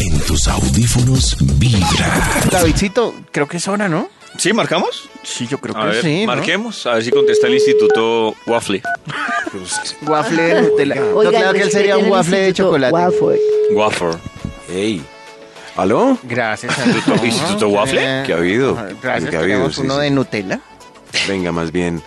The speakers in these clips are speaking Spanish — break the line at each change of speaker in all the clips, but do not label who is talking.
en tus audífonos vibra.
Davidcito, creo que es hora, ¿no?
¿Sí, marcamos?
Sí, yo creo
A
que
ver,
sí. ¿no?
marquemos, a ver si contesta el Instituto Waffle.
Waffle de Nutella. no, claro que él sería un waffle de chocolate.
Waffle.
Waffle.
Ey. ¿Aló?
Gracias.
Instituto- Instituto Waffle,
¿qué ha habido?
Ah, Gracias,
¿Qué ha habido?
tenemos
Sí,
uno
sí.
de Nutella.
Venga, más bien.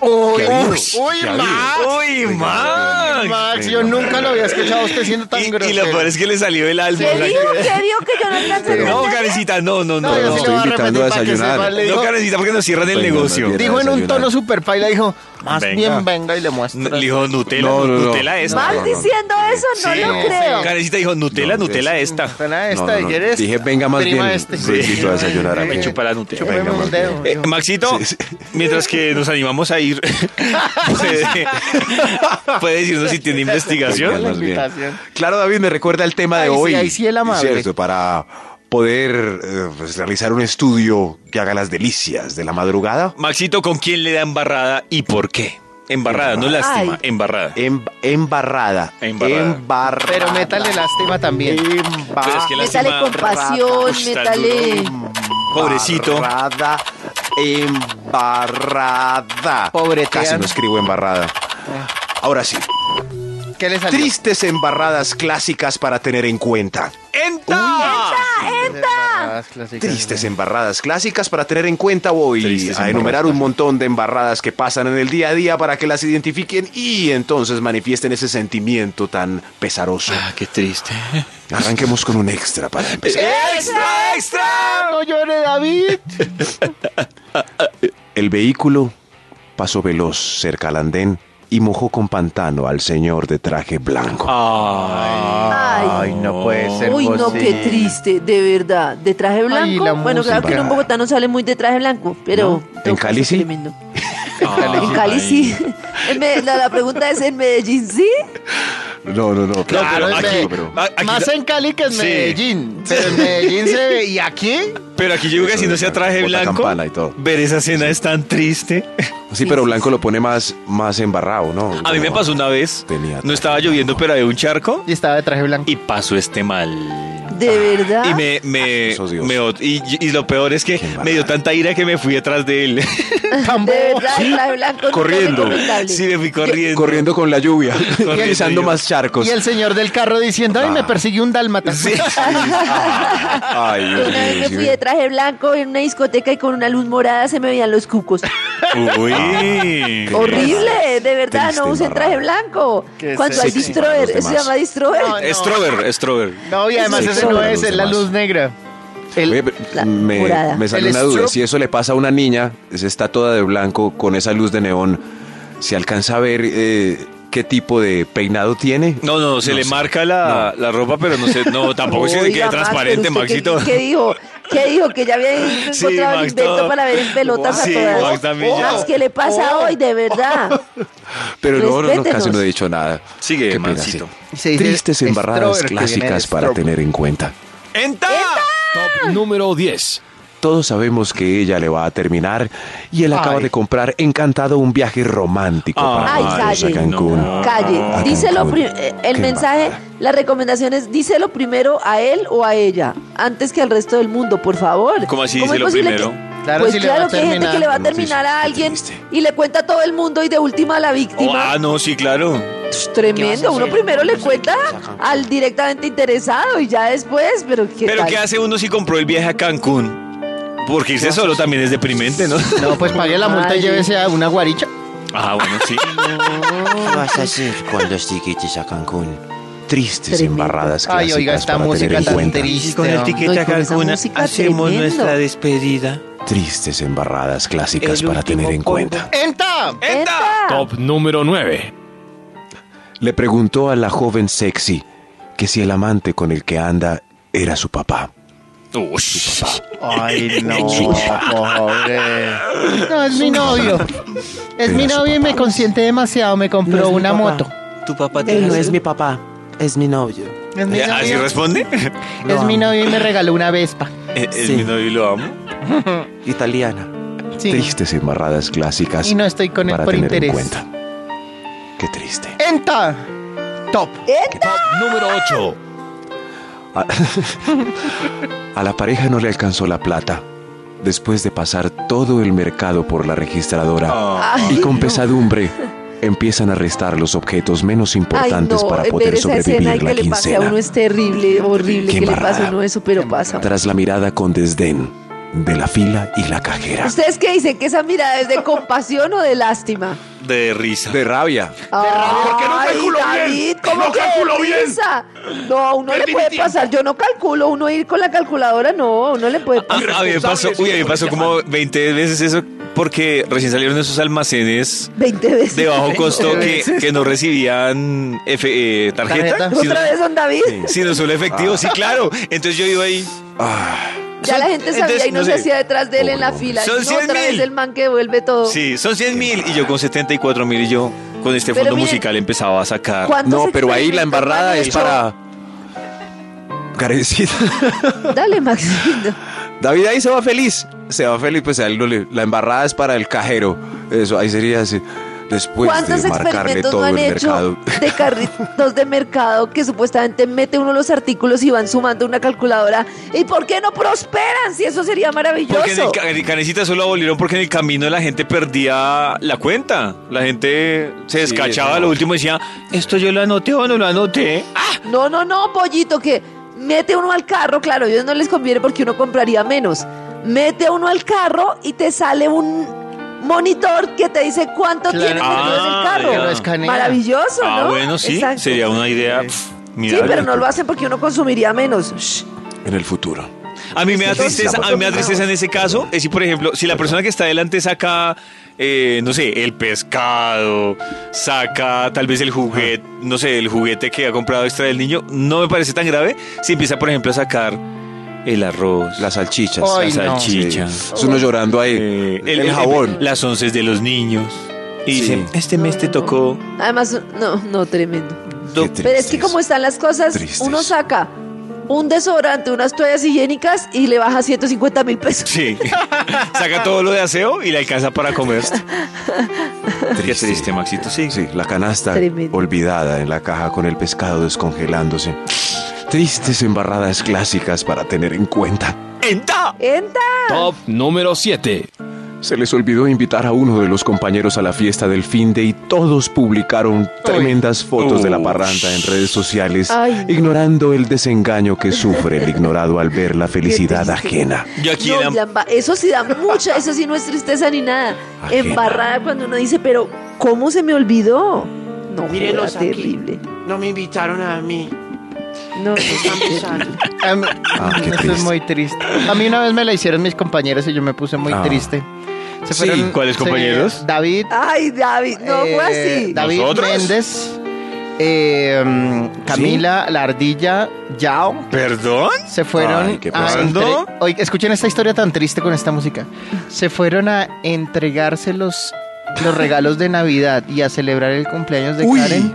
¡Uy,
¿Qué ha habido?
uy,
¿Qué ha habido?
Max!
¡Uy, Max!
Max, yo
Venga,
nunca lo había escuchado a usted siendo
Y,
tan grosero.
y lo peor es que le salió el álbum.
¿Qué dijo? ¿Qué dijo que yo no alcancé a
Pero-
No,
entender?
Karencita, no, no, no.
No, yo
No,
sí
estoy
lo voy a
invitando a
repetir para que
desayunar.
sepa. Le
No,
digo-
Karencita, porque nos cierran el
Venga,
negocio.
Javier.
Dijo en un
desayunar.
tono super paila, dijo, más
Venga.
bien venga y le muestro.
Le dijo Nutella,
No, no, no.
Nutella esta.
Max
No, no, no.
diciendo eso, no
Sí.
lo
No,
creo.
Karencita dijo Nutella,
No,
Nutella esta.
"Ah, Suena esta,
No, no, no.
y eres
Dije, venga más
prima
bien.
Este.
Sí. Necesito desayunar a
Me
mí.
chupa la Nutella.
Venga,
Chúpame un
más
dedo,
Eh,
yo.
Maxito, mientras que nos animamos a ir, puede, puede decirnos si tiene investigación.
Venga, más bien.
invitación.
Claro, David, me recuerda el tema de
Ay, sí,
hoy.
ahí sí el amable.
Cierto, para poder eh, pues, realizar un estudio que haga las delicias de la madrugada.
Maxito, ¿con quién le da embarrada y por qué? Embarrada, no lástima,
Ay.
embarrada.
Em- embarrada.
Embarrada.
Embarrada. Em,
Pero métale lástima también.
Embarrada.
Pero Pues es que
Métale
lástima,
compasión,
Ush, tan
métale.
Pobrecito.
Embarrada. Embarrada.
Pobretean.
Casi no escribo embarrada.
Ah.
Ahora sí.
¿Qué le salió?
Tristes embarradas clásicas para tener en cuenta.
¡Enta!
Embarradas clásicas.
Tristes embarradas clásicas para tener en cuenta voy
Tristes
a enumerar un montón de embarradas que pasan en el día a día para que las identifiquen y entonces manifiesten ese sentimiento tan pesaroso.
qué triste.
Arranquemos con un extra para empezar.
¡Extra, extra!
No llore, David.
El vehículo pasó veloz cerca al andén y mojó con pantano al señor de traje blanco. Ah,
Ay,
no puede
Uy, no, qué
posible.
triste, de verdad. ¿De traje blanco?
la
bueno, claro que uno en
música.
Bogotá no sale muy de traje blanco, pero...
¿No?
pero
¿En Cali
fue
sí?
tremendo.
ah,
En Cali sí. En Medell- la, la pregunta es, ¿en Medellín sí?
No, no, no. pero-
Claro,
pero-
aquí-
pero-
a- aquí-
Más en Cali que en
Sí.
Medellín. Pero en Medellín se ve. ¿Y aquí?
Pero aquí yo creo que si no sea traje
Bota
blanco,
campana y todo.
ver esa escena es tan triste.
Sí, pero blanco lo pone más, más embarrado, ¿no?
A mí me
Como-
pasó una vez,
Tenía
no
traje
estaba lloviendo, pero había un charco
Y estaba de traje blanco.
y pasó este mal.
¿De verdad?
Y me, me,
Eso es Dios.
me ot- y, y lo peor es que
Qué
me dio
embarrada.
tanta ira que me fui detrás de él.
Tambo.
De verdad, el traje blanco no es
Corriendo.
recomendable.
sí, me fui corriendo.
Corriendo con la lluvia,
Corriendo
pisando
yo.
más charcos.
Y el señor del carro diciendo, ay, me
Ah.
persiguió un dálmata.
Sí.
Ay,
Yo Una
Dios mío,
vez
sí
me fui
me-
de traje blanco en una discoteca y con una luz morada se me veían los cucos.
Uy.
Horrible, de verdad,
Triste
no usen traje
embarrada.
blanco.
Qué
Cuando hay
sexy para
destroyer,
los
eso se
demás.
llama destroyer.
No,
Es Trover, es Trover.
No, y además
Sí,
ese
sí,
no
sí,
es,
los
es la
demás.
luz negra.
Oye,
El,
pero
La morada.
me, me sale
El
una duda.
strip.
Si eso le pasa a una niña, se está toda de blanco con esa luz de neón, ¿se alcanza a ver eh, qué tipo de peinado tiene?
No, no, se
No
le
sé.
marca la, la ropa, pero no sé, no, tampoco es que se
Oiga,
quede
Max,
transparente,
pero usted, ¿qué-
Maxito.
¿qué, dijo? ¿Qué dijo? Que ya había
Sí,
encontrado el
Max,
invento
todo.
para ver en pelotas
Sí,
a todas.
Max, también ya.
Max, ¿qué le pasa hoy, de verdad?
Pero no, no, no, casi
Respétenos.
no he dicho nada.
Sigue,
Qué pena,
Maxito.
sí.
Se dice
Tristes
Strover,
embarradas
que viene de
clásicas para
Strover.
tener en cuenta.
¡Enta!
Top número 10.
Todos sabemos que ella le va a terminar y él acaba
Ay.
de comprar encantado un viaje romántico para
Ay,
todos a
Salle,
Cancún.
no.
Calle,
Ah,
díselo
Cancún.
pri- eh, el
Qué
mensaje,
embarrada.
la recomendación es díselo primero a él o a ella, antes que al resto del mundo, por favor.
¿Cómo así
es
díselo
posible
primero?
que-
Claro,
pues
si le va
claro
a
que hay gente que le va a
terminar.
terminar a
Qué
alguien
triste.
y le cuenta a todo el mundo y de última a la
Oh,
víctima.
ah, no, sí, claro.
Pss, Tremendo, uno primero le cuenta al directamente interesado y ya después, pero ¿qué
Pero
tal?
¿qué hace uno si compró el viaje a Cancún? Porque irse solo también es deprimente, ¿no?
No, pues pague la multa
Ay.
y llévese a una guaricha.
Ah, bueno, sí.
¿Qué vas a hacer cuando llegues a Cancún?
Tristes
Tremendo.
embarradas clásicas
Ay, oiga, esta
para
música
tener en
tan
cuenta.
triste. ¿no?
No, y con esa música tremendo.
despedida.
Tristes embarradas clásicas para tener en cuenta.
¡Enta!
¡Enta!
Top número 9.
Le preguntó a la joven sexy que si el amante con el que anda era su papá.
Ush.
Ay, no, pobre. No, es mi novio. Es mi
Era su
novio y
papá.
me consiente demasiado. Me compró una moto.
Él no es mi papá, es mi novio.
Es mi,
¿Así
novio,
responde?
es mi novio y me regaló una Vespa.
Es Eh, mi novio y lo amo.
Italiana.
Sí.
Tristes embarradas clásicas
Y no estoy con él
para
por
tener en
interés.
cuenta. Qué triste.
¡Enta! Top.
Top número 8.
A, a la pareja no le alcanzó la plata después de pasar todo el mercado por la registradora y
Ay,
con
no.
pesadumbre empiezan a restar los objetos menos importantes
Ay, no,
para
ver
poder
esa escena y
sobrevivir
que
la
le pase a
quincena.
uno es terrible, horrible,
Qué
que le pase a
embarrada.
uno eso, pero pasa.
Tras la mirada con desdén de la fila y la cajera.
¿Ustedes qué dicen? ¿Que esa mirada es de compasión o de lástima?
De risa.
De rabia.
¿Por qué no calculo bien? ¿Cómo que calculo bien? No, a uno le puede pasar. Yo no calculo. Uno ir con la calculadora, no. a Uno le puede
Ah, A,
pasar.
a mí me pasó, uy, a mí me pasó como 20 veces eso porque recién salieron esos almacenes
20 veces.
de bajo costo
¿Veinte
que,
veces?
que no recibían F- eh, tarjeta,
¿Tarjeta?
sino,
¿Otra vez, don David?
sino solo efectivo, sí, claro. Entonces yo iba ahí,
Ya la gente sabía
Entonces,
y no, Oh.
no
se
sé.
hacía detrás de él en la fila.
Son
Y no,
100.000.
otra vez el man que devuelve todo.
sí, son 100 mil y yo con 74 mil y yo con este
Pero
fondo
miren,
musical empezaba a sacar.
¿Cuántos
No, pero ahí
experimentos
la embarrada
han
es
hecho?
para... Carecita.
Dale, Max.
David ahí se va feliz. Se va feliz, pues a él no le- la embarrada es para el cajero. Eso, ahí sería así.
Pues,
Después
¿Cuántos
de marcarle
experimentos no
todo el
han hecho
mercado.
de carritos de mercado que supuestamente mete uno los artículos y van sumando una calculadora? ¿Y por qué no prosperan? Si eso sería maravilloso.
Porque en el, ca- en el Canecita solo abolieron porque en el camino la gente perdía la cuenta. La gente se descachaba,
eso
a
no.
lo último decía, ¿esto yo lo anoté o no lo anoté?
No, no, no, pollito, que mete uno al carro, claro, a ellos no les conviene porque uno compraría menos. Mete uno al carro y te sale un monitor que te dice cuánto
Claro.
tiene metido en el
Ah,
carro.
que lo
escanea.
Maravilloso,
ah,
¿no?
bueno, sí,
Exacto.
sería una idea. pf,
Sí,
mira,
pero no lo hacen porque uno consumiría menos. Shh.
En el futuro.
A mí me da tristeza, a mí me da tristeza en ese caso, es si por ejemplo, si la persona que está adelante saca, eh, no sé, el pescado, saca tal vez el juguete, no sé, el juguete que ha comprado extra del niño, no me parece tan grave si empieza por ejemplo a sacar el arroz,
Las salchichas.
Ay,
las
no.
salchichas. Es uno llorando ahí.
eh,
el, jabón.
las onces de los niños. Y
Sí.
dicen, este mes te tocó.
Además, no, no, tremendo.
do-
Qué
Pero es que
Tristes.
como están las cosas,
Tristes.
uno saca un desodorante, unas toallas higiénicas y le baja 150 mil pesos.
Sí, saca todo lo de aseo y le alcanza para comer. Qué triste, Maxito, sí.
Sí, la canasta
Tremendo.
olvidada en la caja con el pescado descongelándose. Tristes embarradas clásicas para tener en cuenta.
¡Enta!
Entra.
Top número 7.
Se les olvidó invitar a uno de los compañeros a la fiesta del fin de y todos publicaron tremendas fotos de la
Uy.
parranda en redes sociales,
Ay, no.
ignorando el desengaño que sufre el ignorado al ver la felicidad
triste.
ajena.
Yo aquí
No,
era-
y la emba- eso sí da mucha, eso sí no es tristeza ni nada.
Ajena.
Embarrada cuando uno dice, pero ¿cómo se me olvidó? No,
Mírenlos
joda,
aquí.
terrible.
No me invitaron a mí.
No, no,
Están
terrible.
besando.
A mí-
Ah, qué
Esto
triste.
Em, es muy triste. A mí una vez me la hicieron mis compañeros y yo me puse muy
Ah.
triste. Se
Sí, ¿cuáles
se-
compañeros?
David.
Ay, David, no
eh,
fue así.
David
¿Nosotros?
Méndez. eh, mm, Camila, la ardilla, Yao.
¿Perdón?
Se fueron
Ay, qué
a
pasando.
entre- Oye, escuchen esta historia tan triste con esta música. Se fueron a entregarse los, los regalos de Navidad y a celebrar el cumpleaños de
Uy.
Karen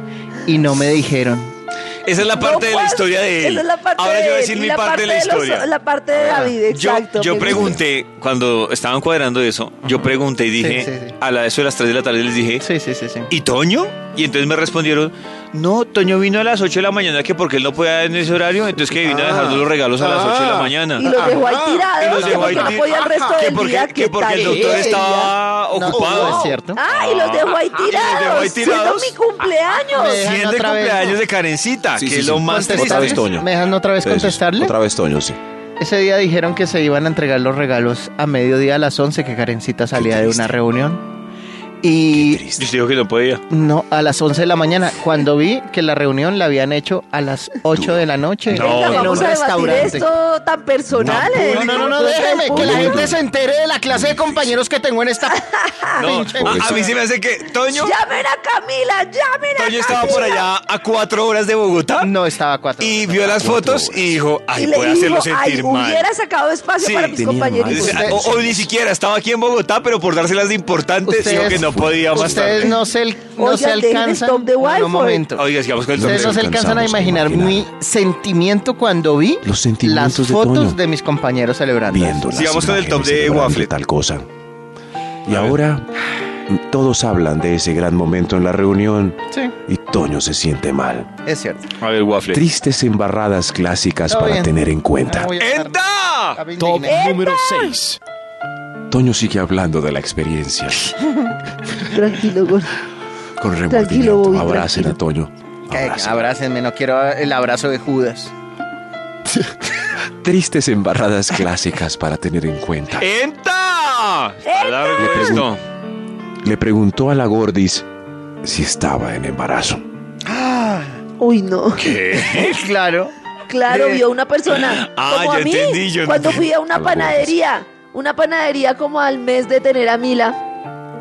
y no me dijeron.
Esa es la parte
No
de
fue
la
así,
historia de él.
Esa es la parte
Ahora
de
yo voy a
él,
decir
y
mi parte de la
los-
historia. Ah.
la parte de David,
Yo,
exacto.
yo
me
pregunté, cuando estaban cuadrando eso, yo pregunté y dije,
Sí, sí, sí.
a la, eso de las 3 de la tarde les dije,
Sí, sí, sí, sí.
¿y Toño? Y entonces me respondieron, no, Toño vino a las 8 de la mañana, que porque él no podía en ese horario, entonces que vino a dejar los regalos a las 8 de la mañana.
gusta. Y los dejó ahí
Ah, Y
tirados,
los
que
dejó ahí
porque no
tirados.
podía el resto
que
del
porque,
día.
que porque el
tal
doctor
es?
estaba
No,
ocupado.
no es cierto.
Ah, y los dejó ahí
Ah, y los dejó ahí
tirados. Siendo
tirados.
mi cumpleaños.
Me dejan
Siendo el
otra vez,
cumpleaños
¿no?
de Karencita,
Sí,
que
sí,
es lo
sí.
más
Otra
triste.
vez, Toño.
¿Me dejan otra vez
Eso es,
contestarle?
Otra vez, Toño, sí.
Ese día dijeron que se iban a entregar los regalos a mediodía a las 11, que Karencita salía de
triste.
una reunión. Y
Triste.
Yo te digo que no podía.
no, a las 11 de la mañana, cuando vi que la reunión la habían hecho a las 8 de la noche
Ah, No,
Venga,
en
en un
vamos a debatir
restaurante.
esto pues, tan personal. eh.
No, no, no, no,
Entonces,
déjeme que la
público.
gente se entere de la clase de compañeros que tengo en esta.
No,
pinche
a, a mí se me hace que Toño,
¡Llamen a Camila! ¡Llamen a
Toño estaba por allá a cuatro horas de Bogotá
No estaba a cuatro.
y vio las fotos y dijo, ay,
Y le
voy a hacerlo
dijo,
sentir
ay,
mal.
hubiera sacado espacio
Sí,
para mis
tenía
compañeritos.
mal.
O, o ni siquiera estaba aquí en Bogotá, pero por dárselas de importantes dijo
Ustedes-
que no podía más
Ustedes
tarde.
no se, el- no
Oigan,
se
dejen el
alcanzan.
top de
No, no,
Walford.
momento.
Oiga, sigamos con el
Ustedes no
torneo.
se alcanzan a
alcanzamos a
imaginar mi
imaginar.
sentimiento cuando vi
Los
las
sentimientos de Toño.
fotos de mis compañeros celebrando.
viendo las
Sigamos con el top
imágenes
de
celebrando
waffle.
tal cosa. Y
A ver.
ahora Todos hablan de ese gran momento en la reunión
Sí,
y Toño se siente mal.
es cierto.
A ver, waffle.
Tristes embarradas clásicas
Todo
para
bien.
tener en cuenta.
No voy a estar-
¡Enta!
estaba
Top
indignada.
número 6.
Toño sigue hablando de la experiencia.
Tranquilo, gordo.
Con
Tranquilo,
remordimiento.
Bobby,
Abracen a Toño.
Ay,
Abracen.
Abrácenme, no quiero el abrazo de Judas.
Tristes embarradas clásicas para tener en cuenta.
¡Enta! Está largo
Le pregun-
esto.
Le preguntó a la Gordis si estaba en embarazo.
Uy, no.
¿Eh?
¿Qué?
Claro.
Claro,
De-
vio a una persona.
Ah,
como a
ya
mí,
entendí, Ah, yo no
cuando
te-
fui a una
Algo bueno.
panadería. Una panadería como al mes de tener a Mila.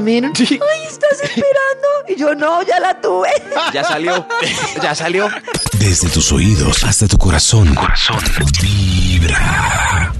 Miren. Ay, estás esperando. Y yo no, ya la tuve.
Ya salió. Ya salió.
Desde tus oídos hasta tu corazón. Vibra.